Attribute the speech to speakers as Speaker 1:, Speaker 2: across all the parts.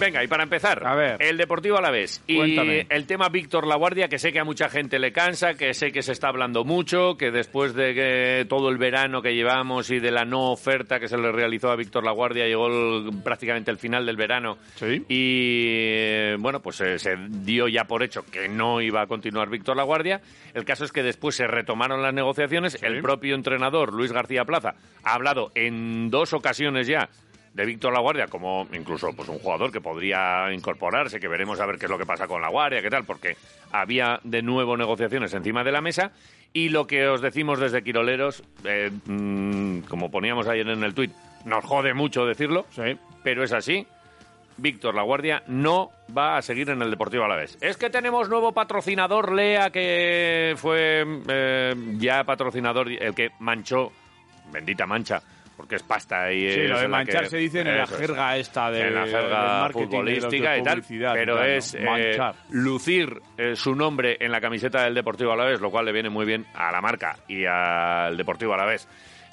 Speaker 1: Venga, y para empezar,
Speaker 2: A ver.
Speaker 1: el Deportivo a la vez. Y
Speaker 2: Cuéntame.
Speaker 1: el tema Víctor Laguardia, que sé que a mucha gente le cansa, que sé que se está hablando mucho, que después de que todo el verano que llevamos y de la no oferta que se le realizó a Víctor Laguardia, llegó el- prácticamente el final del verano.
Speaker 2: Sí.
Speaker 1: Y eh, bueno, pues eh, se dio ya por hecho que no iba a continuar Víctor Laguardia. El caso es que después se retomaron las negociaciones. El propio entrenador, Luis García Plaza, ha hablado en dos ocasiones ya de Víctor Laguardia como incluso pues un jugador que podría incorporarse, que veremos a ver qué es lo que pasa con Laguardia, qué tal, porque había de nuevo negociaciones encima de la mesa y lo que os decimos desde Quiroleros, eh, mm, como poníamos ayer en el tuit, nos jode mucho decirlo,
Speaker 2: Sí.
Speaker 1: pero es así. Víctor Laguardia no va a seguir en el Deportivo Alavés. Es que tenemos nuevo patrocinador, Lea, que fue eh, ya patrocinador, el que manchó, bendita mancha, porque es pasta y
Speaker 2: Sí,
Speaker 1: es
Speaker 2: lo de
Speaker 1: la
Speaker 2: manchar
Speaker 1: que-
Speaker 2: se dice en la
Speaker 1: Eso es.
Speaker 2: jerga esta de
Speaker 1: en la
Speaker 2: del
Speaker 1: jerga
Speaker 2: marketing y de los de
Speaker 1: futbolística y, tal,
Speaker 2: publicidad
Speaker 1: pero
Speaker 2: tal, ¿no?
Speaker 1: es eh,
Speaker 2: manchar.
Speaker 1: lucir eh, su nombre en la camiseta del Deportivo Alavés, lo cual le viene muy bien a la marca y al Deportivo Alavés.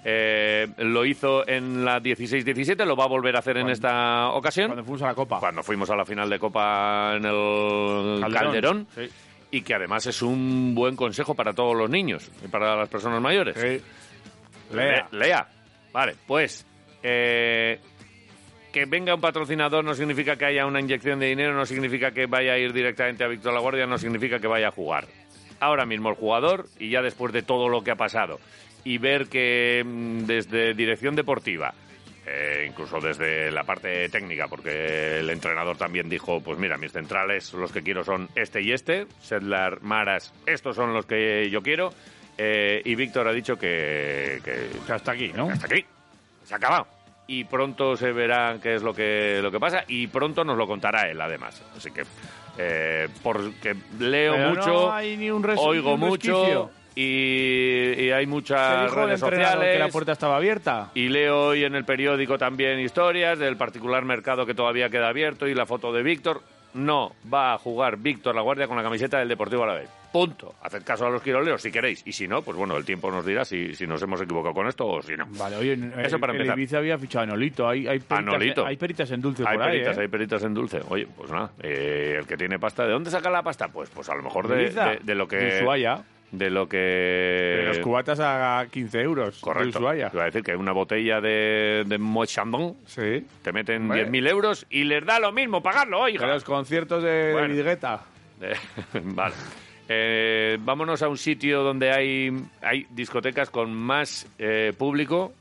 Speaker 1: Eh, lo hizo en la 16-17, lo va a volver a hacer en esta ocasión
Speaker 2: Cuando fuimos a la copa.
Speaker 1: cuando fuimos a la final de Copa en el Calderón,
Speaker 2: Sí.
Speaker 1: y que además es un buen consejo para todos los niños y para las personas mayores.
Speaker 2: Lea.
Speaker 1: Le- Lea. Vale, pues eh, que venga un patrocinador no significa que haya una inyección de dinero, no significa que vaya a ir directamente a Víctor Laguardia, no significa que vaya a jugar. Ahora mismo el jugador y ya después de todo lo que ha pasado y ver que mm, desde dirección deportiva, eh, incluso desde la parte técnica, porque el entrenador también dijo, pues mira, mis centrales los que quiero son este y este, Sedlar, Maras, estos son los que yo quiero. eh, y Víctor ha dicho que- que
Speaker 2: O sea, hasta aquí, ¿no?
Speaker 1: hasta aquí. Se ha acabado. Y pronto se verá qué es lo que, lo que pasa y pronto nos lo contará él, además. Así que, eh, porque leo
Speaker 2: Pero no
Speaker 1: mucho,
Speaker 2: hay ni un res- ni
Speaker 1: oigo
Speaker 2: un
Speaker 1: mucho
Speaker 2: resquicio.
Speaker 1: y, y hay
Speaker 2: Se
Speaker 1: muchas
Speaker 2: dijo al
Speaker 1: redes
Speaker 2: entrenador
Speaker 1: sociales.
Speaker 2: que la puerta estaba abierta.
Speaker 1: Y leo hoy en el periódico también historias del particular mercado que todavía queda abierto y la foto de Víctor. No va a jugar Víctor La Guardia con la camiseta del Deportivo Alavés. Punto. Haced caso a los quiroleos si queréis. Y si no, pues bueno, el tiempo nos dirá si, si nos hemos equivocado con esto o si no.
Speaker 2: Vale, oye, en-
Speaker 1: Eso
Speaker 2: el-
Speaker 1: para
Speaker 2: el
Speaker 1: empezar.
Speaker 2: Ibiza había fichado a Nolito. Hay, hay peritas,
Speaker 1: Nolito.
Speaker 2: hay peritas en dulce
Speaker 1: Hay
Speaker 2: por ahí,
Speaker 1: peritas,
Speaker 2: ¿eh?
Speaker 1: hay peritas en dulce. Oye, pues nada, eh, el que tiene pasta, ¿de dónde saca la pasta? Pues, pues a lo mejor de,
Speaker 2: Ibiza.
Speaker 1: de- de lo que...
Speaker 2: De Ushuaia.
Speaker 1: De lo que...
Speaker 2: De los cubatas a 15 euros. De
Speaker 1: eh, Correcto.
Speaker 2: Ushuaia.
Speaker 1: Te iba a decir que una botella de, de Moet Chandon
Speaker 2: Sí.
Speaker 1: te meten
Speaker 2: Hombre.
Speaker 1: 10.000 euros y les da lo mismo pagarlo,
Speaker 2: De
Speaker 1: oiga.
Speaker 2: los conciertos de,
Speaker 1: Bueno.
Speaker 2: de Vidigueta.
Speaker 1: Eh, vale. Eh, vámonos a un sitio donde hay, hay discotecas con más eh, público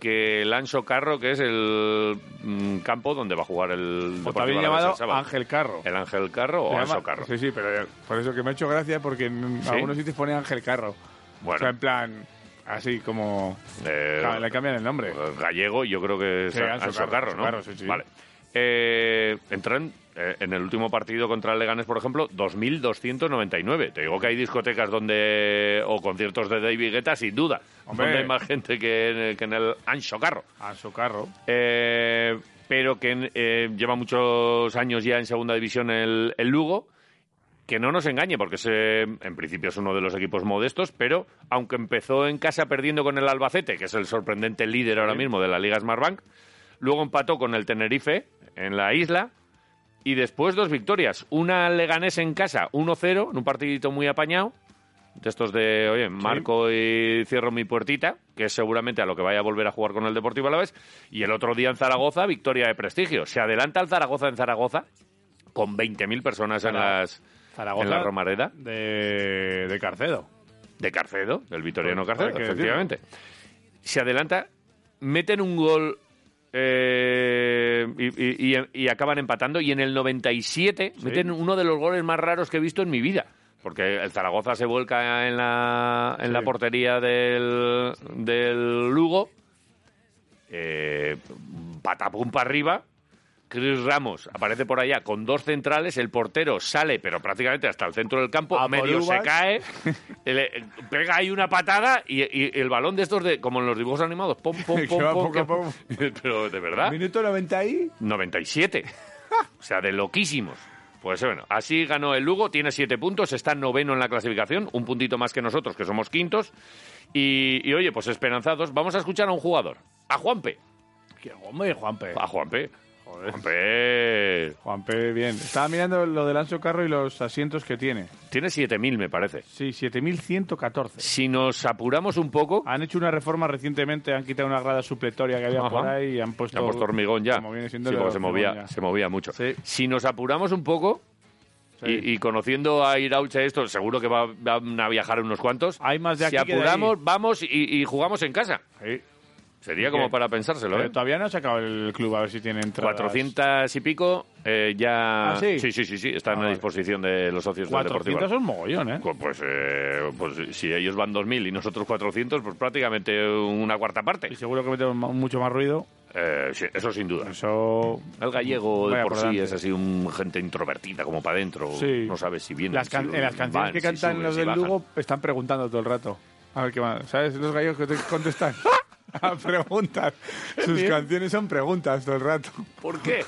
Speaker 1: que el Anso Carro, que es el mm, campo donde va a jugar el
Speaker 2: O
Speaker 1: Deportivo
Speaker 2: también
Speaker 1: Alavés el
Speaker 2: llamado
Speaker 1: sábado.
Speaker 2: Ángel Carro.
Speaker 1: ¿El Ángel Carro
Speaker 2: Se
Speaker 1: o
Speaker 2: llama-
Speaker 1: Anso Carro?
Speaker 2: Sí, sí, pero eh, por eso que me ha hecho gracia porque en
Speaker 1: ¿Sí?
Speaker 2: algunos sitios pone Ángel Carro. O sea, en
Speaker 1: Bueno,
Speaker 2: plan, así como...
Speaker 1: eh, pues,
Speaker 2: Claro, le cambian el nombre.
Speaker 1: gallego yo creo que es
Speaker 2: Sí, Anso
Speaker 1: Anso
Speaker 2: Carro,
Speaker 1: Carro,
Speaker 2: Anso
Speaker 1: ¿no?
Speaker 2: Carro, sí, sí.
Speaker 1: Vale. Eh, entran eh, en el último partido contra el Leganés, por ejemplo, 2.299. Te digo que hay discotecas donde o conciertos de David Guetta, sin duda,
Speaker 2: Hombre.
Speaker 1: donde hay más gente que en, el- que en el Anso Carro.
Speaker 2: Anso Carro.
Speaker 1: Eh, pero que eh, lleva muchos años ya en segunda división el, el Lugo. Que no nos engañe, porque es, eh, en principio es uno de los equipos modestos, pero aunque empezó en casa perdiendo con el Albacete, que es el sorprendente líder ahora mismo de la Liga Smartbank, luego empató con el Tenerife en la isla y después dos victorias. Una al Leganés en casa, 1-0, en un partidito muy apañado, de estos de, oye, marco y cierro mi puertita, que es seguramente a lo que vaya a volver a jugar con el Deportivo Alavés, y el otro día en Zaragoza, victoria de prestigio. Se adelanta al Zaragoza en Zaragoza con 20.000 personas en
Speaker 2: Zara-
Speaker 1: las
Speaker 2: Zaragoza.
Speaker 1: en la Romareda
Speaker 2: De, de Carcedo.
Speaker 1: de Carcedo, del Vitoriano
Speaker 2: Pues,
Speaker 1: Carcedo,
Speaker 2: hay que
Speaker 1: efectivamente. Se adelanta meten un gol eh, y, y- y- y acaban empatando. Y en el 97 meten uno de los goles más raros que he visto en mi vida. Porque el Zaragoza se vuelca en la, en la portería del, del Lugo. Eh, patapum para arriba. Chris Ramos aparece por allá con dos centrales, el portero sale, pero prácticamente hasta el centro del campo,
Speaker 2: A por
Speaker 1: medio se
Speaker 2: uvas.
Speaker 1: cae, le- pega ahí una patada y, y el balón de estos, de, como en los dibujos animados, pom, pom,
Speaker 2: Que
Speaker 1: pom,
Speaker 2: va
Speaker 1: pom,
Speaker 2: poco a
Speaker 1: que-
Speaker 2: poco.
Speaker 1: Pero de verdad,
Speaker 2: Minuto 90 ahí.
Speaker 1: 97. O sea, de loquísimos. Pues bueno, así ganó el Lugo, tiene siete puntos, está noveno en la clasificación, un puntito más que nosotros, que somos quintos. Y, y oye, pues esperanzados, vamos a escuchar a un jugador, a Juanpe.
Speaker 2: Qué hombre, Juanpe.
Speaker 1: A Juanpe.
Speaker 2: Joder.
Speaker 1: Juanpe.
Speaker 2: Juanpe, bien. Estaba mirando lo de Ancho Carro y los asientos que tiene.
Speaker 1: Tiene 7.000, me parece.
Speaker 2: Sí, 7.114.
Speaker 1: Si nos apuramos un poco,
Speaker 2: Han hecho una reforma recientemente, han quitado una grada supletoria que había
Speaker 1: Ajá.
Speaker 2: por ahí y han puesto,
Speaker 1: ya puesto hormigón ya.
Speaker 2: Como viene siendo
Speaker 1: Sí,
Speaker 2: lo-
Speaker 1: porque se movía,
Speaker 2: hormigón ya.
Speaker 1: se movía mucho.
Speaker 2: Sí.
Speaker 1: Si nos apuramos un poco,
Speaker 2: Sí.
Speaker 1: y, y conociendo a Iraucha esto, seguro que va- van a viajar unos cuantos.
Speaker 2: Hay más de
Speaker 1: Si
Speaker 2: aquí que de
Speaker 1: apuramos,
Speaker 2: ahí.
Speaker 1: vamos y, y jugamos en casa.
Speaker 2: Sí.
Speaker 1: Sería
Speaker 2: ¿Y
Speaker 1: como
Speaker 2: qué?
Speaker 1: para pensárselo, ¿eh?
Speaker 2: Pero todavía no ha sacado el club a ver si tiene entradas.
Speaker 1: 400 y pico eh, ya...
Speaker 2: ¿Ah, sí?
Speaker 1: sí, sí, sí, sí, están
Speaker 2: Ah,
Speaker 1: a
Speaker 2: vale.
Speaker 1: disposición de los socios del
Speaker 2: 400
Speaker 1: Deportivo.
Speaker 2: es un mogollón, ¿eh?
Speaker 1: Co- Pues, eh, pues si ellos van 2.000 y nosotros 400, pues prácticamente una cuarta parte.
Speaker 2: Y seguro que metemos ma- mucho más ruido.
Speaker 1: Eh, sí, eso sin duda.
Speaker 2: Eso.
Speaker 1: El gallego
Speaker 2: Mm,
Speaker 1: de
Speaker 2: Vaya
Speaker 1: por sí
Speaker 2: adelante.
Speaker 1: es así, un gente introvertida como para adentro.
Speaker 2: Sí.
Speaker 1: Pues No sabes si viene.
Speaker 2: Las can- en las canciones que cantan los del Lugo están preguntando todo el rato. A ver qué van. ¿Sabes? Los gallegos que te contestan. A preguntas. Sus canciones son preguntas todo el rato.
Speaker 1: ¿Por qué?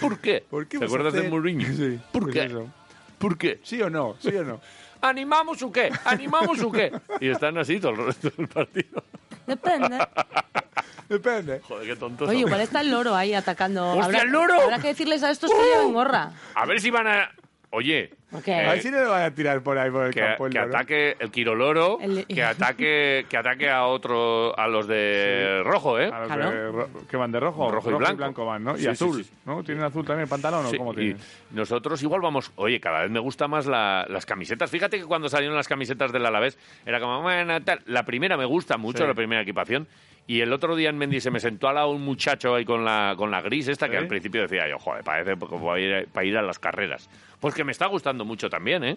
Speaker 1: ¿Por qué?
Speaker 2: ¿Por qué
Speaker 1: ¿Te
Speaker 2: vas a
Speaker 1: acuerdas de
Speaker 2: hacer-
Speaker 1: Mourinho?
Speaker 2: Sí,
Speaker 1: ¿Por
Speaker 2: pues
Speaker 1: qué?
Speaker 2: eso.
Speaker 1: ¿Por qué?
Speaker 2: ¿Sí o no? ¿Sí o no?
Speaker 1: ¿Animamos o qué? ¿Animamos o qué? Y están así todo el resto del partido.
Speaker 3: Depende.
Speaker 2: Depende.
Speaker 1: Joder, qué tonto.
Speaker 3: Oye, igual está el loro ahí atacando.
Speaker 1: ¡Hostia,
Speaker 3: Habrá-
Speaker 1: el loro!
Speaker 3: Habrá que decirles a estos que
Speaker 2: ¡Uh!
Speaker 3: lleven gorra.
Speaker 1: A ver si van a... Oye,
Speaker 3: ¿Por qué?
Speaker 2: A ver si no lo van a tirar por ahí por el
Speaker 1: Eh, que,
Speaker 2: campo el
Speaker 1: que
Speaker 2: loro.
Speaker 1: ataque el Quiroloro,
Speaker 3: El-
Speaker 1: que ataque que ataque a otro, a los de rojo, ¿eh?
Speaker 2: A los
Speaker 3: Claro.
Speaker 2: de ro- que van de rojo,
Speaker 1: Rojo y blanco.
Speaker 2: van, ¿no? Y
Speaker 1: Sí, sí,
Speaker 2: azul,
Speaker 1: sí.
Speaker 2: ¿no? ¿Tienen azul también el pantalón o
Speaker 1: Sí,
Speaker 2: cómo
Speaker 1: y
Speaker 2: tienen?
Speaker 1: nosotros igual vamos. Oye, cada vez me gustan más la- las camisetas. Fíjate que cuando salieron las camisetas del Alavés era como, bueno, tal. La primera me gusta mucho,
Speaker 2: Sí.
Speaker 1: la primera equipación. Y el otro día en Mendy se me sentó al lado un muchacho ahí con la, con la gris esta que
Speaker 2: ¿Sí?
Speaker 1: al principio decía yo, joder, parece como para ir, para ir a las carreras. Pues que me está gustando mucho también, ¿eh?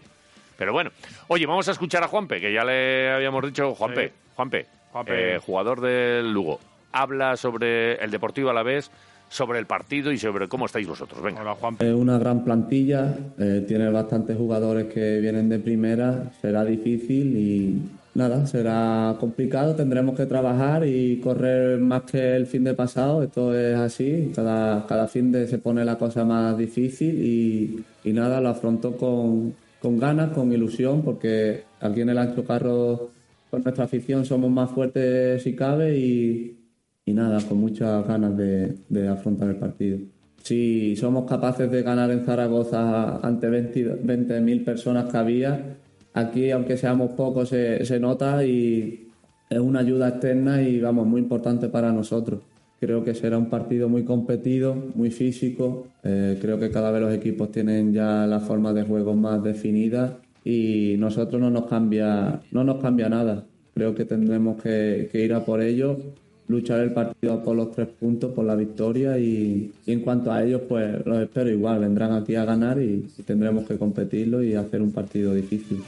Speaker 1: Pero bueno. Oye, vamos a escuchar a Juanpe, que ya le habíamos dicho, Juanpe,
Speaker 2: Sí.
Speaker 1: Juanpe,
Speaker 2: Juanpe.
Speaker 1: eh, jugador del Lugo. Habla sobre el Deportivo Alavés, sobre el partido y sobre cómo estáis vosotros. Venga.
Speaker 2: Hola, Juan.
Speaker 4: Es una gran plantilla, eh, tiene bastantes jugadores que vienen de primera, será difícil y nada, será complicado, tendremos que trabajar y correr más que el fin de pasado, esto es así, cada, cada fin de se pone la cosa más difícil y, y nada, lo afrontó con, con ganas, con ilusión, porque aquí en el Ancho Carro con nuestra afición somos más fuertes si cabe y, y nada, con muchas ganas de, de afrontar el partido. Si somos capaces de ganar en Zaragoza ante 20 20.000 personas que había, aquí, aunque seamos pocos, se, se nota y es una ayuda externa y, vamos, muy importante para nosotros. Creo que será un partido muy competido, muy físico. Eh, creo que cada vez los equipos tienen ya la forma de juego más definida y nosotros no nos cambia, no nos cambia nada. Creo que tendremos que, que ir a por ello, luchar el partido por los tres puntos, por la victoria y, y en cuanto a ellos, pues los espero igual. Vendrán aquí a ganar y, y tendremos que competirlo y hacer un partido difícil.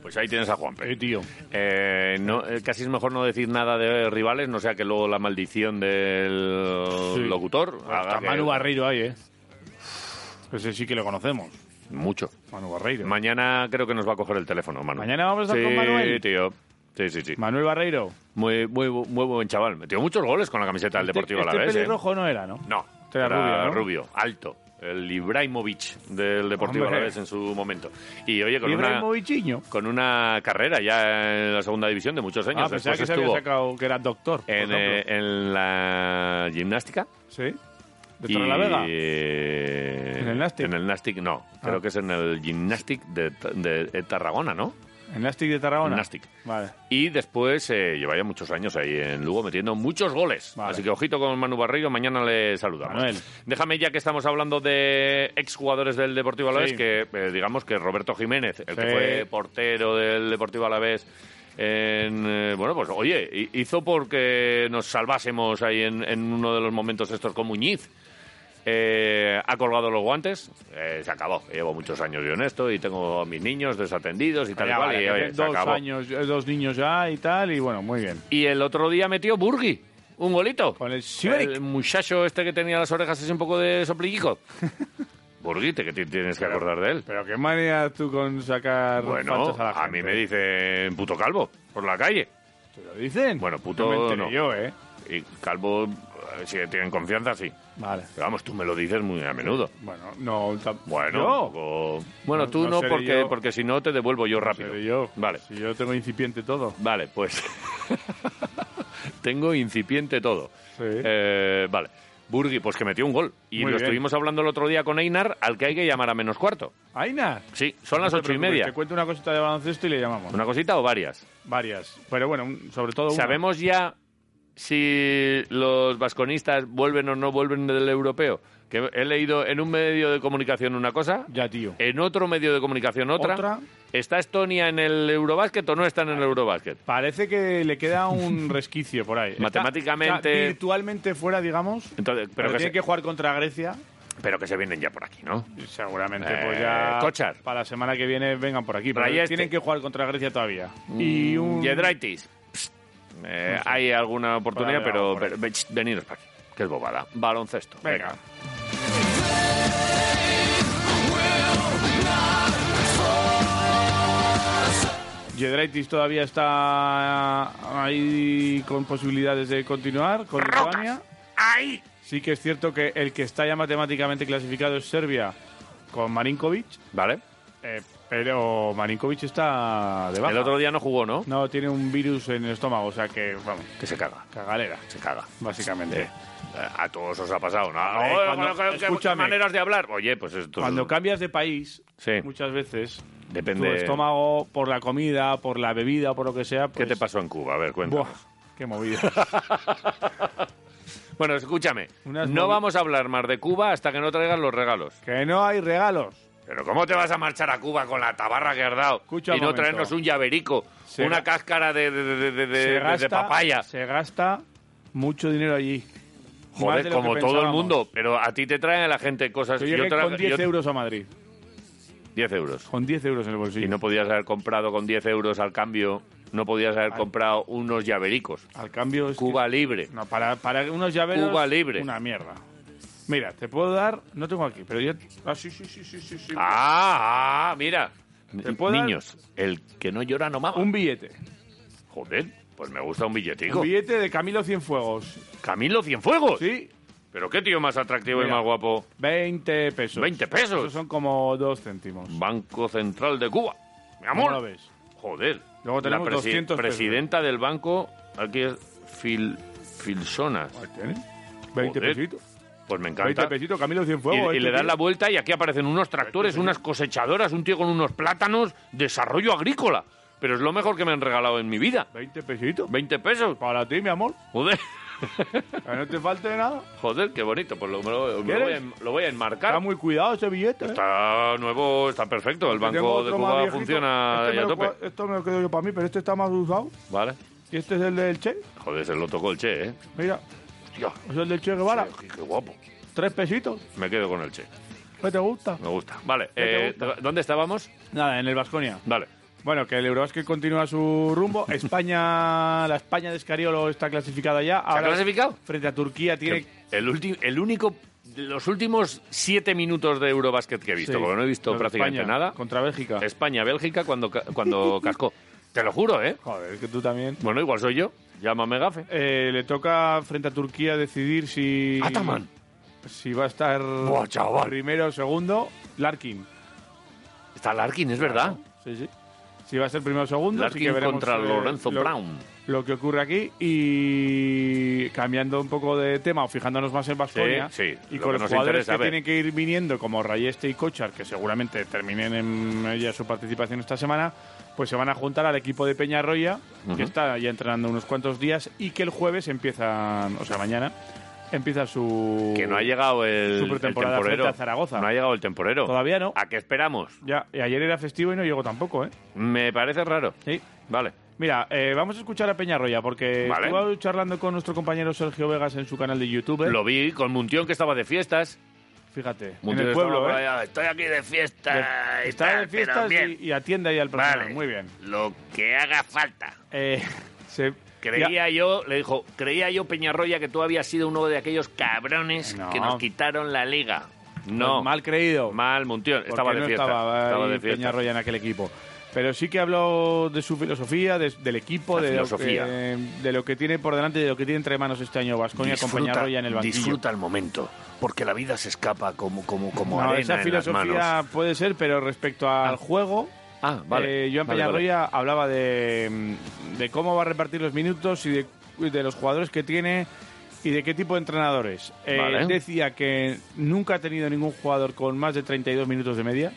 Speaker 1: Pues ahí tienes a Juanpe.
Speaker 2: Eh, tío.
Speaker 1: Eh, no, eh, casi es mejor no decir nada de rivales, no sea que luego la maldición del
Speaker 2: Sí.
Speaker 1: locutor haga
Speaker 2: Está
Speaker 1: que-
Speaker 2: Manu Barreiro ahí, ¿eh? Ese sí que lo conocemos.
Speaker 1: mucho.
Speaker 2: Manu Barreiro.
Speaker 1: Mañana creo que nos va a coger el teléfono, Manu.
Speaker 2: ¿Mañana vamos a estar
Speaker 1: sí,
Speaker 2: con Manuel?
Speaker 1: tío. Sí, sí, sí.
Speaker 2: Manuel Barreiro.
Speaker 1: Muy, muy, bu- muy buen chaval. Metió muchos goles con la camiseta del Deportivo
Speaker 2: este,
Speaker 1: a la vez.
Speaker 2: Este pelirrojo no era, ¿no?
Speaker 1: No,
Speaker 2: Este era rubio, ¿no?
Speaker 1: alto. El Ibrahimovic del Deportivo
Speaker 2: Hombre.
Speaker 1: Alavés en su momento. Y oye, con una,
Speaker 2: Ibrahimovic
Speaker 1: con una carrera ya en la segunda división de muchos años.
Speaker 2: Ah, pensaba
Speaker 1: Después
Speaker 2: que se
Speaker 1: pues estuvo
Speaker 2: había sacado que era doctor. por
Speaker 1: en,
Speaker 2: ejemplo.
Speaker 1: eh, en la gimnástica.
Speaker 2: ¿Sí? ¿De Torrelavega?
Speaker 1: ¿En
Speaker 2: ¿En el Nastic? Ah.
Speaker 1: En el Nastic, no. Creo que es en el Gymnastic de, de- de Tarragona, ¿no?
Speaker 2: ¿En Nastic de Tarragona?
Speaker 1: Nastic.
Speaker 2: Vale.
Speaker 1: Y después eh, lleva ya muchos años ahí en Lugo metiendo muchos goles.
Speaker 2: Vale.
Speaker 1: Así que ojito con Manu Barreiro, mañana le saludamos.
Speaker 2: Manuel.
Speaker 1: Déjame ya que estamos hablando de exjugadores del Deportivo Alavés,
Speaker 2: Sí.
Speaker 1: que eh, digamos que Roberto Jiménez, el que
Speaker 2: Sí.
Speaker 1: fue portero del Deportivo Alavés en, eh, bueno, pues oye, hi- hizo porque nos salvásemos ahí en, en uno de los momentos estos con Muñiz. Eh, ha colgado los guantes, eh, se acabó. Llevo muchos años yo en esto y tengo a mis niños desatendidos y tal y
Speaker 2: Ya,
Speaker 1: cual.
Speaker 2: vale,
Speaker 1: y,
Speaker 2: que
Speaker 1: oye,
Speaker 2: hace
Speaker 1: se
Speaker 2: dos
Speaker 1: acabó.
Speaker 2: años, eh, dos niños ya y tal, y bueno, muy bien.
Speaker 1: Y el otro día metió Burgi, un golito.
Speaker 2: Con el Siberic.
Speaker 1: El muchacho este que tenía las orejas así un poco de soplillico. Burgi, te- que te tienes que acordar de él.
Speaker 2: Pero qué manía tú con sacar
Speaker 1: Bueno,
Speaker 2: faltas a la
Speaker 1: a,
Speaker 2: gente.
Speaker 1: mí me dicen puto calvo por la calle.
Speaker 2: ¿Te lo dicen?
Speaker 1: Bueno, puto,
Speaker 2: No me enteré
Speaker 1: no.
Speaker 2: yo, ¿eh?
Speaker 1: Y calvo, eh, si tienen confianza, sí.
Speaker 2: Vale.
Speaker 1: Pero vamos, tú me lo dices muy a menudo.
Speaker 2: Bueno, no... tam-
Speaker 1: Bueno,
Speaker 2: yo.
Speaker 1: un poco- bueno,
Speaker 2: No-
Speaker 1: tú
Speaker 2: no
Speaker 1: no,
Speaker 2: seré
Speaker 1: porque,
Speaker 2: yo.
Speaker 1: porque si no te devuelvo yo rápido.
Speaker 2: Seré yo.
Speaker 1: Vale,
Speaker 2: Si yo tengo incipiente todo.
Speaker 1: vale, pues tengo incipiente todo.
Speaker 2: Sí.
Speaker 1: Eh, vale. Burgi, pues que metió un gol. Y
Speaker 2: Muy
Speaker 1: lo
Speaker 2: bien.
Speaker 1: estuvimos hablando el otro día con Einar, al que hay que llamar a menos cuarto.
Speaker 2: Aina.
Speaker 1: Sí, son
Speaker 2: No
Speaker 1: las
Speaker 2: te
Speaker 1: ocho y
Speaker 2: preocupes,
Speaker 1: media.
Speaker 2: Te cuento una cosita de baloncesto y le llamamos.
Speaker 1: ¿Una cosita o varias?
Speaker 2: Varias. Pero bueno, un- sobre todo una.
Speaker 1: ¿Sabemos ya si los vasconistas vuelven o no vuelven del europeo? Que he leído en un medio de comunicación una cosa,
Speaker 2: Ya, tío.
Speaker 1: en otro medio de comunicación otra.
Speaker 2: Otra.
Speaker 1: ¿Está Estonia en el Eurobásquet o no está en el Eurobásquet?
Speaker 2: Parece que le queda un resquicio por ahí. Está-
Speaker 1: Matemáticamente-
Speaker 2: está virtualmente fuera, digamos.
Speaker 1: Entonces,
Speaker 2: pero
Speaker 1: pero, que
Speaker 2: tiene
Speaker 1: se,
Speaker 2: que jugar contra Grecia.
Speaker 1: pero que se vienen ya por aquí, ¿no?
Speaker 2: Y Seguramente,
Speaker 1: Eh,
Speaker 2: pues ya.
Speaker 1: Kochar. este.
Speaker 2: Para la semana que viene vengan por aquí. Pero
Speaker 1: Rayeste.
Speaker 2: tienen que jugar contra Grecia todavía.
Speaker 1: Mm,
Speaker 2: Y un.
Speaker 1: Yedraitis. Psst. Eh, Hay alguna oportunidad,
Speaker 2: Vale,
Speaker 1: pero,
Speaker 2: vamos por ahí.
Speaker 1: pero- ve- ch, veniros para aquí, que es bobada. Baloncesto.
Speaker 2: Venga. Yedraitis todavía está ahí con posibilidades de continuar con Lituania.
Speaker 1: ¡Ay!
Speaker 2: Sí que es cierto que el que está ya matemáticamente clasificado es Serbia con Marinkovic,
Speaker 1: Vale.
Speaker 2: eh, pero Marinkovic está de baja.
Speaker 1: El otro día no jugó, ¿no?
Speaker 2: No, tiene un virus en el estómago, o sea que, vamos,
Speaker 1: Que se caga.
Speaker 2: cagalera,
Speaker 1: Se caga.
Speaker 2: básicamente.
Speaker 1: Eh, a todos os ha pasado, ¿no?
Speaker 2: Hombre,
Speaker 1: Oye,
Speaker 2: cuando-
Speaker 1: bueno, qué- qué
Speaker 2: escúchame.
Speaker 1: maneras de hablar. Oye, pues esto
Speaker 2: Cuando cambias de país,
Speaker 1: Sí.
Speaker 2: muchas veces,
Speaker 1: Depende-
Speaker 2: tu estómago, por la comida, por la bebida, por lo que sea,
Speaker 1: ¿Qué
Speaker 2: pues,
Speaker 1: te pasó en Cuba? A ver, cuéntanos.
Speaker 2: Buah, qué movida.
Speaker 1: Bueno, escúchame.
Speaker 2: Unas
Speaker 1: no
Speaker 2: movi-
Speaker 1: vamos a hablar más de Cuba hasta que no traigas los regalos.
Speaker 2: que no hay regalos.
Speaker 1: Pero ¿cómo te vas a marchar a Cuba con la tabarra que has dado
Speaker 2: Escucha
Speaker 1: y
Speaker 2: un
Speaker 1: no
Speaker 2: momento.
Speaker 1: traernos un llaverico,
Speaker 2: Se-
Speaker 1: una cáscara de, de- de- de- de-
Speaker 2: se,
Speaker 1: de-
Speaker 2: gasta,
Speaker 1: de Eh, papaya?
Speaker 2: se gasta mucho dinero allí. Más de
Speaker 1: Joder,
Speaker 2: lo que
Speaker 1: como todo el
Speaker 2: pensábamos.
Speaker 1: mundo. Pero a ti te traen a la gente cosas...
Speaker 2: Yo llegué
Speaker 1: tra-
Speaker 2: con 10
Speaker 1: yo-
Speaker 2: euros a Madrid.
Speaker 1: 10 euros.
Speaker 2: Con 10 euros en el bolsillo.
Speaker 1: Y no podías haber comprado con 10 euros al cambio, no podías haber comprado unos llavericos.
Speaker 2: Al cambio es que-
Speaker 1: Cuba libre.
Speaker 2: No, para, para unos llaveros...
Speaker 1: Cuba libre.
Speaker 2: Una mierda. Mira, te puedo dar... No tengo aquí, pero yo... Ah, sí, sí, sí, sí, sí. sí.
Speaker 1: Ah, ah, mira.
Speaker 2: ¿Te puedo dar?
Speaker 1: Niños, el que no llora no mama.
Speaker 2: Un billete.
Speaker 1: Joder, pues me gusta un billetico.
Speaker 2: Un billete de Camilo Cienfuegos.
Speaker 1: Camilo Cienfuegos.
Speaker 2: ¿Sí?
Speaker 1: Pero qué tío más atractivo y
Speaker 2: Mira.
Speaker 1: más guapo.
Speaker 2: 20 pesos.
Speaker 1: 20 pesos.
Speaker 2: Esos son como 2 céntimos.
Speaker 1: Banco Central de Cuba. Mi
Speaker 2: ¿Cómo
Speaker 1: amor.
Speaker 2: lo ves?
Speaker 1: Joder.
Speaker 2: Luego tenemos
Speaker 1: la
Speaker 2: 200 pesos.
Speaker 1: presidenta del banco, aquí es Fil Filsonas.
Speaker 2: Ahí tienes. 20
Speaker 1: Este, ¿eh? Joder,
Speaker 2: pesitos.
Speaker 1: Pues me encanta.
Speaker 2: 20 pesitos, Camilo
Speaker 1: Y,
Speaker 2: Cienfuegos.
Speaker 1: y
Speaker 2: este
Speaker 1: le das
Speaker 2: tío.
Speaker 1: la vuelta y aquí aparecen unos tractores, unas cosechadoras, un tío con unos plátanos, desarrollo agrícola. Pero es lo mejor que me han regalado en mi vida.
Speaker 2: 20 pesitos.
Speaker 1: 20 pesos.
Speaker 2: Para ti, mi amor.
Speaker 1: Joder,
Speaker 2: Que no te falte nada.
Speaker 1: joder, qué bonito. Pues lo, me lo- me lo
Speaker 2: ¿Quieres?
Speaker 1: voy, a, en- lo voy a enmarcar.
Speaker 2: Está muy cuidado ese billete. ¿eh?
Speaker 1: Está nuevo, está perfecto. El
Speaker 2: Tengo
Speaker 1: Banco de
Speaker 2: otro más
Speaker 1: Cuba
Speaker 2: viejito.
Speaker 1: funciona
Speaker 2: Este
Speaker 1: ahí
Speaker 2: me
Speaker 1: a
Speaker 2: lo
Speaker 1: tope.
Speaker 2: cua- Esto me lo quedo yo para mí, pero este está más usado.
Speaker 1: Vale.
Speaker 2: Y este es el del Che.
Speaker 1: Joder, se lo tocó el Che, ¿eh?
Speaker 2: Mira,
Speaker 1: Hostia,
Speaker 2: es el del Che Guevara.
Speaker 1: qué, qué guapo.
Speaker 2: Tres pesitos.
Speaker 1: Me quedo con el Che.
Speaker 2: ¿Qué te gusta?
Speaker 1: Me gusta. Vale.
Speaker 2: te
Speaker 1: eh, ¿Dónde estábamos?
Speaker 2: Nada, en el Vasconia.
Speaker 1: Vale.
Speaker 2: Bueno, que el Eurobasket continúa su rumbo. España, la España de Escariolo está clasificada ya.
Speaker 1: ¿Se ha
Speaker 2: Ahora,
Speaker 1: clasificado?
Speaker 2: Frente a Turquía tiene.
Speaker 1: Que El, ulti- el único... Los últimos siete minutos de Eurobasket que he visto,
Speaker 2: Sí,
Speaker 1: porque no he visto
Speaker 2: los de
Speaker 1: prácticamente
Speaker 2: España
Speaker 1: nada.
Speaker 2: Contra Bélgica.
Speaker 1: España-Bélgica cuando, ca- cuando cascó. Te lo juro, ¿eh?
Speaker 2: Joder, es que tú también.
Speaker 1: Bueno, igual soy yo. Llámame gafe.
Speaker 2: Eh, le toca frente a Turquía decidir si.
Speaker 1: Ataman.
Speaker 2: Si va a estar.
Speaker 1: Buah, chaval.
Speaker 2: Primero o segundo. Larkin.
Speaker 1: Está Larkin, es verdad.
Speaker 2: Sí, sí. Si va a ser primero o segundo, así
Speaker 1: Larkin
Speaker 2: que veremos
Speaker 1: contra
Speaker 2: eh,
Speaker 1: Lorenzo
Speaker 2: lo-
Speaker 1: Brown.
Speaker 2: Lo que ocurre aquí y cambiando un poco de tema o fijándonos más en Vasconia
Speaker 1: Sí, sí,
Speaker 2: y
Speaker 1: lo
Speaker 2: con
Speaker 1: que
Speaker 2: los
Speaker 1: nos
Speaker 2: jugadores
Speaker 1: interesa,
Speaker 2: que
Speaker 1: a ver.
Speaker 2: tienen que ir viniendo como Rayeste y Cochar, que seguramente terminen en ya su participación esta semana, pues se van a juntar al equipo de Peñarroya, que está ya entrenando unos cuantos días y que el jueves empiezan, o sea, mañana empieza su
Speaker 1: Que no ha llegado el,
Speaker 2: Super
Speaker 1: el
Speaker 2: temporada
Speaker 1: temporero.
Speaker 2: Uh, frente a Zaragoza.
Speaker 1: No ha llegado el temporero.
Speaker 2: Todavía no.
Speaker 1: ¿A qué esperamos?
Speaker 2: Ya, y ayer era festivo y no llegó tampoco, ¿eh?
Speaker 1: Me parece raro.
Speaker 2: Sí.
Speaker 1: Vale.
Speaker 2: Mira, eh, vamos a escuchar a Peñarroya porque
Speaker 1: Vale.
Speaker 2: estuvo charlando con nuestro compañero Sergio Vegas en su canal de YouTube.
Speaker 1: Lo vi con Muntión que estaba de fiestas.
Speaker 2: Fíjate,
Speaker 1: Muntión
Speaker 2: Pues- en el
Speaker 1: estaba
Speaker 2: pueblo,
Speaker 1: por
Speaker 2: ¿eh?
Speaker 1: allá, Estoy aquí de fiesta. y
Speaker 2: Está
Speaker 1: tal,
Speaker 2: de
Speaker 1: pero
Speaker 2: fiestas
Speaker 1: bien.
Speaker 2: y, y atiende ahí al personal.
Speaker 1: Vale.
Speaker 2: Muy bien.
Speaker 1: Lo que haga falta.
Speaker 2: Eh, se-
Speaker 1: Creía yo, le dijo, creía yo, Peñarroya, que tú habías sido uno de aquellos cabrones
Speaker 2: No.
Speaker 1: que nos quitaron la liga. No,
Speaker 2: Pues mal creído.
Speaker 1: mal Muntión.
Speaker 2: porque
Speaker 1: Estaba de
Speaker 2: no
Speaker 1: fiesta.
Speaker 2: Estaba,
Speaker 1: estaba
Speaker 2: ahí
Speaker 1: de fiesta.
Speaker 2: Peñarroya en aquel equipo. Pero sí que habló de su filosofía, de- del equipo,
Speaker 1: La
Speaker 2: de lo,
Speaker 1: filosofía.
Speaker 2: que, de lo que tiene por delante y de lo que tiene entre manos este año Vasconia con Peñarroya en el banquillo.
Speaker 1: disfruta el momento, porque la vida se escapa como, como, como
Speaker 2: No,
Speaker 1: arena
Speaker 2: esa
Speaker 1: en las
Speaker 2: filosofía
Speaker 1: manos.
Speaker 2: puede ser, pero respecto al juego,
Speaker 1: Ah, vale.
Speaker 2: eh, Joan
Speaker 1: Vale, vale.
Speaker 2: Peñarroya hablaba de, mm, de cómo va a repartir los minutos y de, y de los jugadores que tiene y de qué tipo de entrenadores. Eh,
Speaker 1: Vale.
Speaker 2: Decía que nunca ha tenido ningún jugador con más de 32 minutos de media.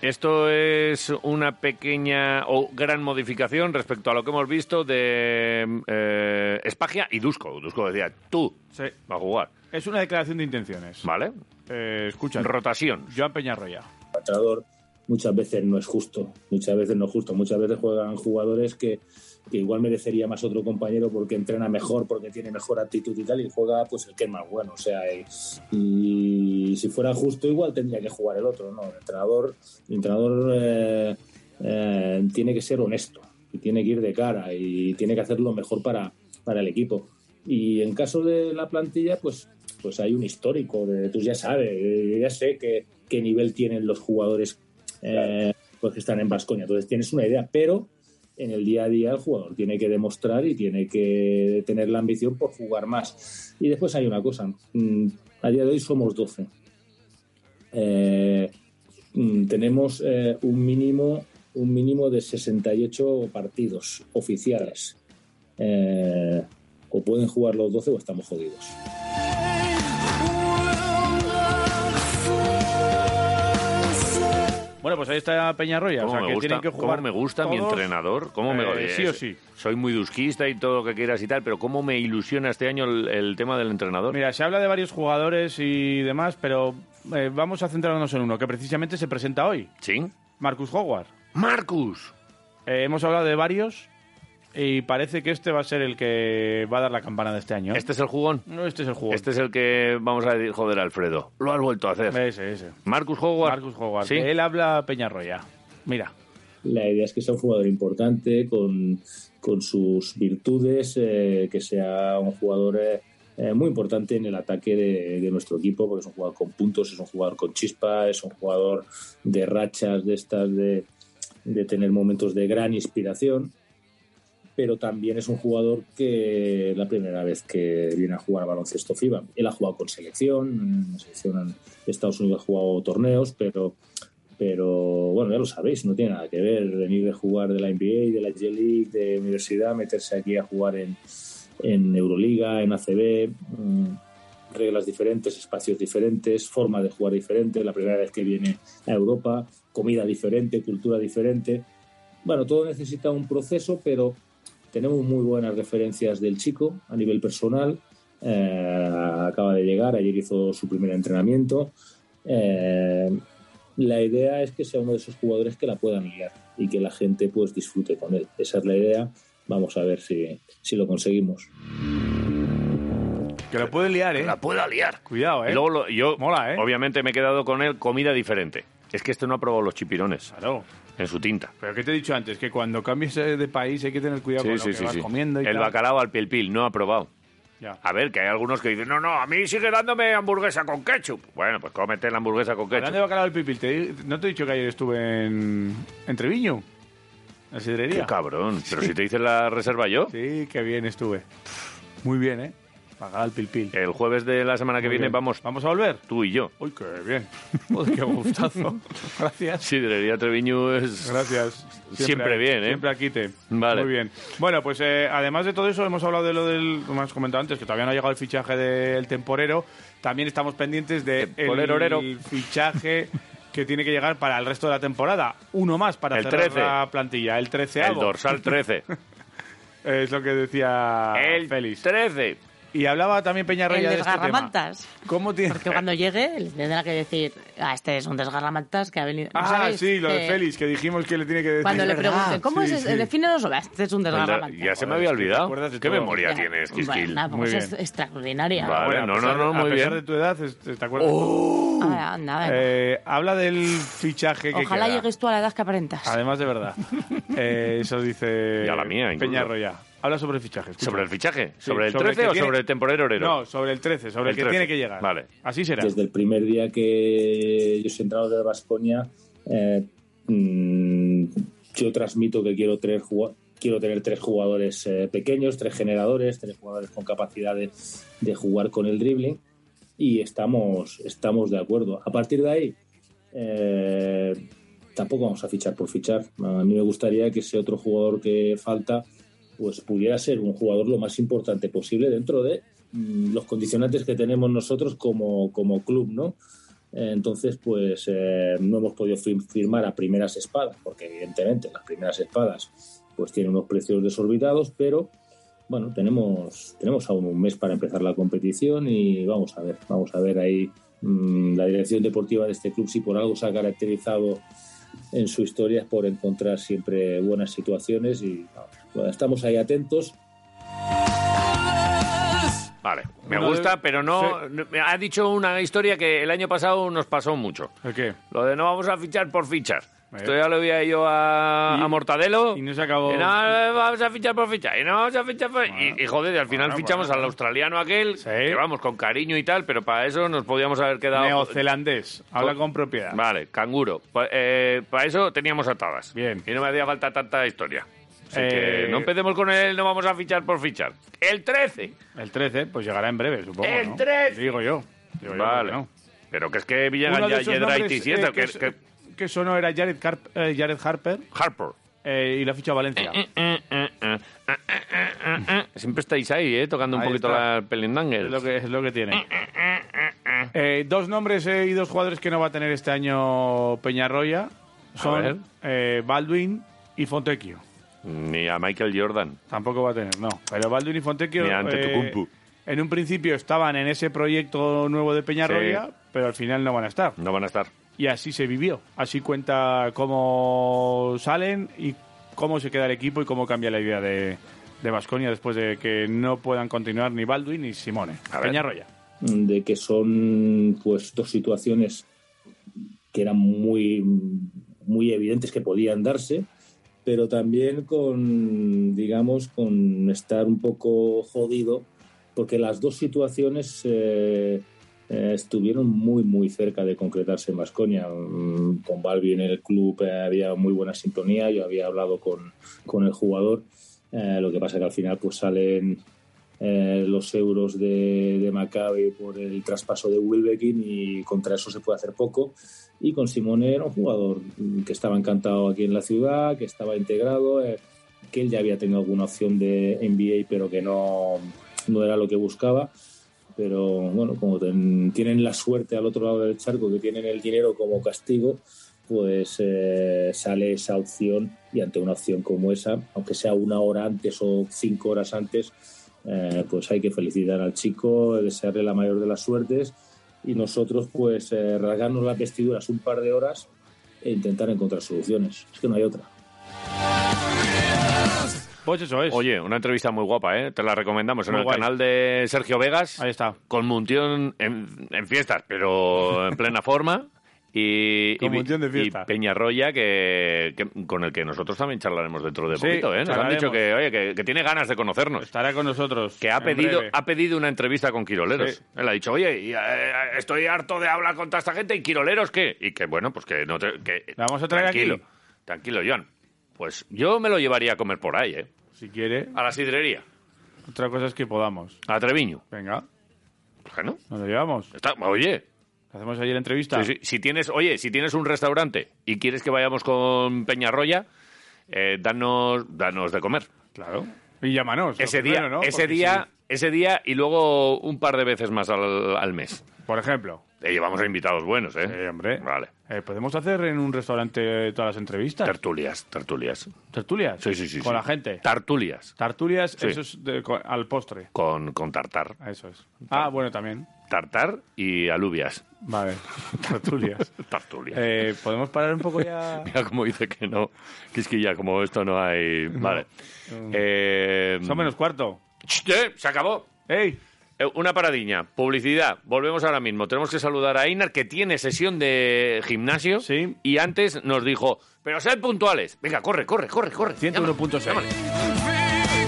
Speaker 1: Esto es una pequeña o gran modificación respecto a lo que hemos visto de eh, Espagia y Dusko. Dusko decía, tú vas a jugar,
Speaker 2: Es una declaración de intenciones.
Speaker 1: ¿vale?
Speaker 2: Eh, escucha,
Speaker 1: Rotación.
Speaker 2: Joan Peñarroya.
Speaker 5: marcador muchas veces no es justo, muchas veces no es justo, muchas veces juegan jugadores que, que igual merecería más otro compañero porque entrena mejor, porque tiene mejor actitud y tal, y juega pues el que es más bueno, o sea, y, y si fuera justo igual tendría que jugar el otro, ¿no? El entrenador, el entrenador eh, eh, tiene que ser honesto, y tiene que ir de cara y tiene que hacer lo mejor para, para el equipo. Y en caso de la plantilla, pues, pues hay un histórico, de, tú ya sabes, eh, ya sé qué, qué nivel tienen los jugadores eh, pues que están en Vasconia, entonces tienes una idea, pero en el día a día el jugador tiene que demostrar y tiene que tener la ambición por jugar más. Y después hay una cosa, mm, a día de hoy somos 12. Eh, mm, tenemos eh, un mínimo un mínimo de 68 partidos oficiales. Eh, o pueden jugar los 12 o estamos jodidos.
Speaker 2: Bueno, pues ahí está Peñarroya. O
Speaker 1: ¿Cómo
Speaker 2: sea,
Speaker 1: me
Speaker 2: que
Speaker 1: gusta,
Speaker 2: tienen que
Speaker 1: cómo
Speaker 2: jugar
Speaker 1: me gusta mi
Speaker 2: todos.
Speaker 1: entrenador? ¿Cómo me
Speaker 2: eh,
Speaker 1: oye,
Speaker 2: sí o sí.
Speaker 1: Soy muy dusquista y todo lo que quieras y tal, pero ¿cómo me ilusiona este año el, el tema del entrenador?
Speaker 2: Mira, se habla de varios jugadores y demás, pero eh, vamos a centrarnos en uno que precisamente se presenta hoy,
Speaker 1: ¿Sí?
Speaker 2: Marcus Howard.
Speaker 1: ¡Marcus!
Speaker 2: Eh, hemos hablado de varios y parece que este va a ser el que va a dar la campana de este año. ¿eh?
Speaker 1: Este es el jugón.
Speaker 2: No, este es el jugador.
Speaker 1: Este es el que vamos a decir, joder, Alfredo. Lo has vuelto a hacer.
Speaker 2: Ese, ese.
Speaker 1: Marcus Howard.
Speaker 2: Marcus Howard.
Speaker 1: Sí.
Speaker 2: Él habla Peñarroya. Mira.
Speaker 5: La idea es que sea un jugador importante, con, con sus virtudes, eh, que sea un jugador eh, eh, muy importante en el ataque de, de nuestro equipo, porque es un jugador con puntos, es un jugador con chispa, es un jugador de rachas de estas, de, de tener momentos de gran inspiración. Pero también es un jugador que la primera vez que viene a jugar baloncesto FIBA. Él ha jugado con selección, en la selección de Estados Unidos ha jugado torneos, pero pero bueno, ya lo sabéis, no tiene nada que ver venir de jugar de la NBA, de la G-League, de universidad, meterse aquí a jugar en, en Euroliga, en ACB, mm, reglas diferentes, espacios diferentes, forma de jugar diferente, la primera vez que viene a Europa, comida diferente, cultura diferente. Bueno, todo necesita un proceso, pero tenemos muy buenas referencias del chico a nivel personal. Eh, acaba de llegar, ayer hizo su primer entrenamiento. Eh, la idea es que sea uno de esos jugadores que la puedan liar y que la gente pues disfrute con él. Esa es la idea. Vamos a ver si, si lo conseguimos.
Speaker 2: Que lo puede liar, ¿eh?
Speaker 1: La puedo liar.
Speaker 2: Cuidado, ¿eh?
Speaker 1: Y luego lo- yo,
Speaker 2: Mola, ¿eh?
Speaker 1: obviamente, me he quedado con él comida diferente. Es que este no ha probado los chipirones
Speaker 2: Claro.
Speaker 1: en su tinta.
Speaker 2: Pero que te he dicho antes, que cuando cambies eh, de país hay que tener cuidado con lo que vas comiendo y
Speaker 1: El
Speaker 2: tal.
Speaker 1: bacalao al piel pil, no ha probado.
Speaker 2: Ya.
Speaker 1: A ver, que hay algunos que dicen, no, no, a mí sigue dándome hamburguesa con ketchup. Bueno, pues cómete la hamburguesa con ketchup.
Speaker 2: Hablando de bacalao del pipil, te di- ¿no te he dicho que ayer estuve en, en Treviño? En la sidrería.
Speaker 1: Qué cabrón. Pero si te hice la reserva yo,
Speaker 2: Sí, qué bien estuve. Muy bien, ¿eh? Bacalao del pipil.
Speaker 1: el jueves de la semana que
Speaker 2: Muy
Speaker 1: viene
Speaker 2: bien.
Speaker 1: vamos
Speaker 2: ¿Vamos a volver?
Speaker 1: tú y yo.
Speaker 2: Uy, qué bien. Joder, qué gustazo. Gracias.
Speaker 1: Sidrería Treviño es...
Speaker 2: Gracias.
Speaker 1: Siempre bien, ¿eh?
Speaker 2: Siempre aquí te.
Speaker 1: Vale.
Speaker 2: Muy bien. Bueno, pues eh, además de todo eso, hemos hablado de lo del. Como has comentado antes, que todavía no ha llegado el fichaje del temporero. También estamos pendientes de
Speaker 1: Temporero, orero.
Speaker 2: el fichaje que tiene que llegar para el resto de la temporada. Uno más para
Speaker 1: El
Speaker 2: cerrar
Speaker 1: 13.
Speaker 2: la plantilla. El 13
Speaker 1: El dorsal 13.
Speaker 2: Es lo que decía
Speaker 1: el
Speaker 2: Félix.
Speaker 1: 13.
Speaker 2: Y hablaba también Peñarroya
Speaker 6: El
Speaker 2: de este tema.
Speaker 6: desgarramantas.
Speaker 2: ¿Cómo tiene?
Speaker 6: Porque cuando llegue, le tendrá que decir, ah, este es un desgarramantas que ha venido. ¿No
Speaker 2: Ah,
Speaker 6: sabéis?
Speaker 2: sí, lo de
Speaker 6: Que
Speaker 2: Félix, que dijimos que le tiene que decir.
Speaker 6: Cuando le
Speaker 2: ¿Verdad?
Speaker 6: pregunten, ¿cómo
Speaker 2: Sí,
Speaker 6: es?
Speaker 2: sí.
Speaker 6: ese? Defínenos, "Ah, este es un desgarramantas.
Speaker 1: Ya se me
Speaker 2: Joder,
Speaker 1: había
Speaker 2: es que te
Speaker 1: olvidado.
Speaker 2: acuerdas de
Speaker 1: ¿Qué
Speaker 2: todo.
Speaker 1: memoria tienes, Kiskil?
Speaker 6: Bueno,
Speaker 2: Muy
Speaker 6: pues es
Speaker 2: bien.
Speaker 6: extraordinaria.
Speaker 1: Vale.
Speaker 2: a
Speaker 1: no, no,
Speaker 2: pesar-
Speaker 1: no, muy
Speaker 2: A pesar
Speaker 1: bien. Oh.
Speaker 2: de tu edad, es- es- ¿te acuerdas?
Speaker 6: Ah, anda, venga.
Speaker 2: Eh, habla del fichaje que
Speaker 6: Ojalá
Speaker 2: queda.
Speaker 6: llegues tú a la edad que aparentas.
Speaker 2: Además de verdad. Eh, eso dice
Speaker 1: Y a la mía, incluso.
Speaker 2: Peñarroya. Habla sobre fichajes.
Speaker 1: ¿Sobre el fichaje?
Speaker 2: Sí,
Speaker 1: ¿Sobre el
Speaker 2: sobre el
Speaker 1: 13
Speaker 2: que
Speaker 1: o
Speaker 2: tiene-
Speaker 1: sobre el temporero orero?
Speaker 2: No, sobre el 13, sobre el,
Speaker 1: El
Speaker 2: que
Speaker 1: 13.
Speaker 2: tiene que llegar.
Speaker 1: Vale.
Speaker 2: Así será.
Speaker 5: Desde el primer día que ellos entraron de Vasconia, yo transmito que quiero tres jugua- Quiero tener tres jugadores eh, pequeños, tres generadores, tres jugadores con capacidad de, de jugar con el dribbling y estamos, estamos de acuerdo. A partir de ahí, eh, tampoco vamos a fichar por fichar. A mí me gustaría que ese otro jugador que falta pues pudiera ser un jugador lo más importante posible dentro de mm, los condicionantes que tenemos nosotros como, como club, ¿no? Eh, Entonces, pues eh, no hemos podido fir- firmar a primeras espadas, porque evidentemente las primeras espadas pues tienen unos precios desorbitados, pero bueno, tenemos, tenemos aún un mes para empezar la competición y vamos a ver, vamos a ver ahí mm, la dirección deportiva de este club, si por algo se ha caracterizado en su historia es por encontrar siempre buenas situaciones y bueno, estamos ahí atentos.
Speaker 1: Vale, me
Speaker 2: Uno de-
Speaker 1: gusta, pero no... me Ha dicho una historia que el año pasado nos pasó mucho.
Speaker 2: ¿El qué?
Speaker 1: Lo de no vamos a fichar por fichar.
Speaker 2: Vale.
Speaker 1: Esto ya lo vi yo a,
Speaker 2: Eh. Y-
Speaker 1: a Mortadelo.
Speaker 2: y no se acabó.
Speaker 1: Y no eh, vamos a fichar por fichar. Y no vamos a fichar por... y, y joder, y al final
Speaker 2: Bueno,
Speaker 1: fichamos
Speaker 2: bueno.
Speaker 1: al australiano aquel,
Speaker 2: Sí.
Speaker 1: que vamos, con cariño y tal, pero para eso nos podíamos haber quedado...
Speaker 2: Neozelandés.
Speaker 1: Oh.
Speaker 2: Habla con propiedad.
Speaker 1: Vale, canguro. Pa- eh, para eso teníamos atadas.
Speaker 2: Bien.
Speaker 1: Y no me hacía falta tanta historia. Así
Speaker 2: Eh,
Speaker 1: que no empecemos con él, no vamos a fichar por fichar. El 13.
Speaker 2: El 13, pues llegará en breve, supongo.
Speaker 1: El
Speaker 2: ¿no?
Speaker 1: 13.
Speaker 2: Digo yo. Digo yo,
Speaker 1: vale.
Speaker 2: ¿por qué
Speaker 1: Pero que es que
Speaker 2: no? Uno
Speaker 1: Villagan
Speaker 2: de
Speaker 1: ya
Speaker 2: esos nombres,
Speaker 1: Yedraitis y
Speaker 2: eh,
Speaker 1: esto, que,
Speaker 2: es-
Speaker 1: que-
Speaker 2: que sonó era Jared, Carp- eh, Jared Harper
Speaker 1: Harper.
Speaker 2: eh, y la ficha Valencia.
Speaker 1: Eh, eh, eh, eh, eh, eh, eh. Siempre estáis ahí, ¿eh? Tocando un
Speaker 2: Ahí
Speaker 1: poquito
Speaker 2: está.
Speaker 1: la
Speaker 2: Es lo
Speaker 1: pelindangers.
Speaker 2: que, es lo que
Speaker 1: Mm,
Speaker 2: tiene. Eh, dos nombres eh, y dos jugadores que no va a tener este año Peñarroya
Speaker 1: ver.
Speaker 2: son eh, Baldwin y Fontecchio.
Speaker 1: Ni a Michael Jordan.
Speaker 2: Tampoco va a tener, no. Pero Baldwin y Fontecchio eh,
Speaker 1: Ni ante Tucumpu.
Speaker 2: en un principio estaban en ese proyecto nuevo de Peñarroya,
Speaker 1: Sí.
Speaker 2: pero al final no van a estar.
Speaker 1: No van a estar.
Speaker 2: Y así se vivió. Así cuenta cómo salen y cómo se queda el equipo y cómo cambia la idea de de Vasconia después de que no puedan continuar ni Baldwin ni Simone.
Speaker 1: A ver.
Speaker 2: Peñarroya.
Speaker 5: de que son pues dos situaciones que eran muy muy evidentes que podían darse pero también con digamos con estar un poco jodido porque las dos situaciones eh, eh, estuvieron muy muy cerca de concretarse en Vasconia con Balbi en el club eh, había muy buena sintonía yo había hablado con, con el jugador eh, lo que pasa que al final pues salen eh, los euros de, de Maccabi por el traspaso de Wilbekin y contra eso se puede hacer poco. Y con Simone era un jugador mm, que estaba encantado aquí en la ciudad, que estaba integrado, eh, que él ya había tenido alguna opción de NBA pero que no, no era lo que buscaba. Pero bueno, como ten- tienen la suerte al otro lado del charco, que tienen el dinero como castigo, pues eh, sale esa opción y ante una opción como esa, aunque sea una hora antes o cinco horas antes, eh, pues hay que felicitar al chico, desearle la mayor de las suertes y nosotros pues eh, rasgarnos las vestiduras un par de horas e intentar encontrar soluciones. Es que no hay otra.
Speaker 2: Pues eso es.
Speaker 1: Oye, una entrevista muy guapa, ¿eh? Te la recomendamos en
Speaker 2: Muy
Speaker 1: el
Speaker 2: guay.
Speaker 1: canal de Sergio Vegas.
Speaker 2: Ahí está.
Speaker 1: Con Muntión en, en fiestas, pero en plena forma. Y,
Speaker 2: Con
Speaker 1: y Vi-
Speaker 2: Muntión de
Speaker 1: y
Speaker 2: fiesta.
Speaker 1: Peñarroya, que, que- con el que nosotros también charlaremos dentro de
Speaker 2: Sí,
Speaker 1: poquito, ¿eh? Nos han
Speaker 2: charlaremos.
Speaker 1: dicho que, oye, que, que tiene ganas de conocernos.
Speaker 2: Estará con nosotros.
Speaker 1: Que ha
Speaker 2: en
Speaker 1: pedido,
Speaker 2: breve.
Speaker 1: ha pedido una entrevista con Quiroleros.
Speaker 2: Sí.
Speaker 1: Él ha dicho, oye, y, eh, estoy harto de hablar con toda esta gente, ¿y Quiroleros qué? Y que, bueno, pues que no te... que-
Speaker 2: ¿La vamos a traer
Speaker 1: tranquilo,
Speaker 2: aquí?
Speaker 1: Tranquilo, Joan. Pues yo me lo llevaría a comer por ahí, ¿eh?
Speaker 2: Si quiere.
Speaker 1: A la sidrería,
Speaker 2: Otra cosa es que podamos.
Speaker 1: a Treviño.
Speaker 2: Venga,
Speaker 1: Bueno,
Speaker 2: nos lo llevamos.
Speaker 1: está, oye,
Speaker 2: Hacemos ayer entrevista.
Speaker 1: Sí, sí. Si tienes, oye, si tienes un restaurante y quieres que vayamos con Peñarroya, eh, danos, danos de comer.
Speaker 2: Claro. Y llámanos. lo
Speaker 1: Ese
Speaker 2: primero,
Speaker 1: día,
Speaker 2: ¿no?
Speaker 1: ese
Speaker 2: Porque
Speaker 1: día, ese día y luego un par de veces más al, al mes.
Speaker 2: sí. Por ejemplo.
Speaker 1: Eh, llevamos a invitados buenos, ¿eh?
Speaker 2: Sí, hombre.
Speaker 1: Vale.
Speaker 2: Eh, ¿Podemos hacer en un restaurante todas las entrevistas?
Speaker 1: Tertulias, tertulias.
Speaker 2: ¿Tertulias?
Speaker 1: Sí, sí, sí.
Speaker 2: Con
Speaker 1: sí.
Speaker 2: la gente.
Speaker 1: Tartulias.
Speaker 2: Tartulias,
Speaker 1: Sí.
Speaker 2: eso es de- co- al postre.
Speaker 1: Con, con tartar.
Speaker 2: Eso es. Ah, bueno, también.
Speaker 1: Tartar y alubias.
Speaker 2: Vale. Tertulias.
Speaker 1: Tartulias.
Speaker 2: Eh, ¿Podemos parar un poco ya?
Speaker 1: Mira cómo dice que no. Que es que ya, como esto no hay. Vale. Eh,
Speaker 2: Mm. Son menos cuarto.
Speaker 1: Ch, eh, Se acabó.
Speaker 2: ¡Ey!
Speaker 1: Eh, Una paradiña, publicidad. Volvemos ahora mismo. Tenemos que saludar a Einar, que tiene sesión de gimnasio.
Speaker 2: Sí.
Speaker 1: Y antes nos dijo, pero sed puntuales. Venga, corre, corre, corre, corre.
Speaker 2: 101.6.
Speaker 1: Llámale, llámale.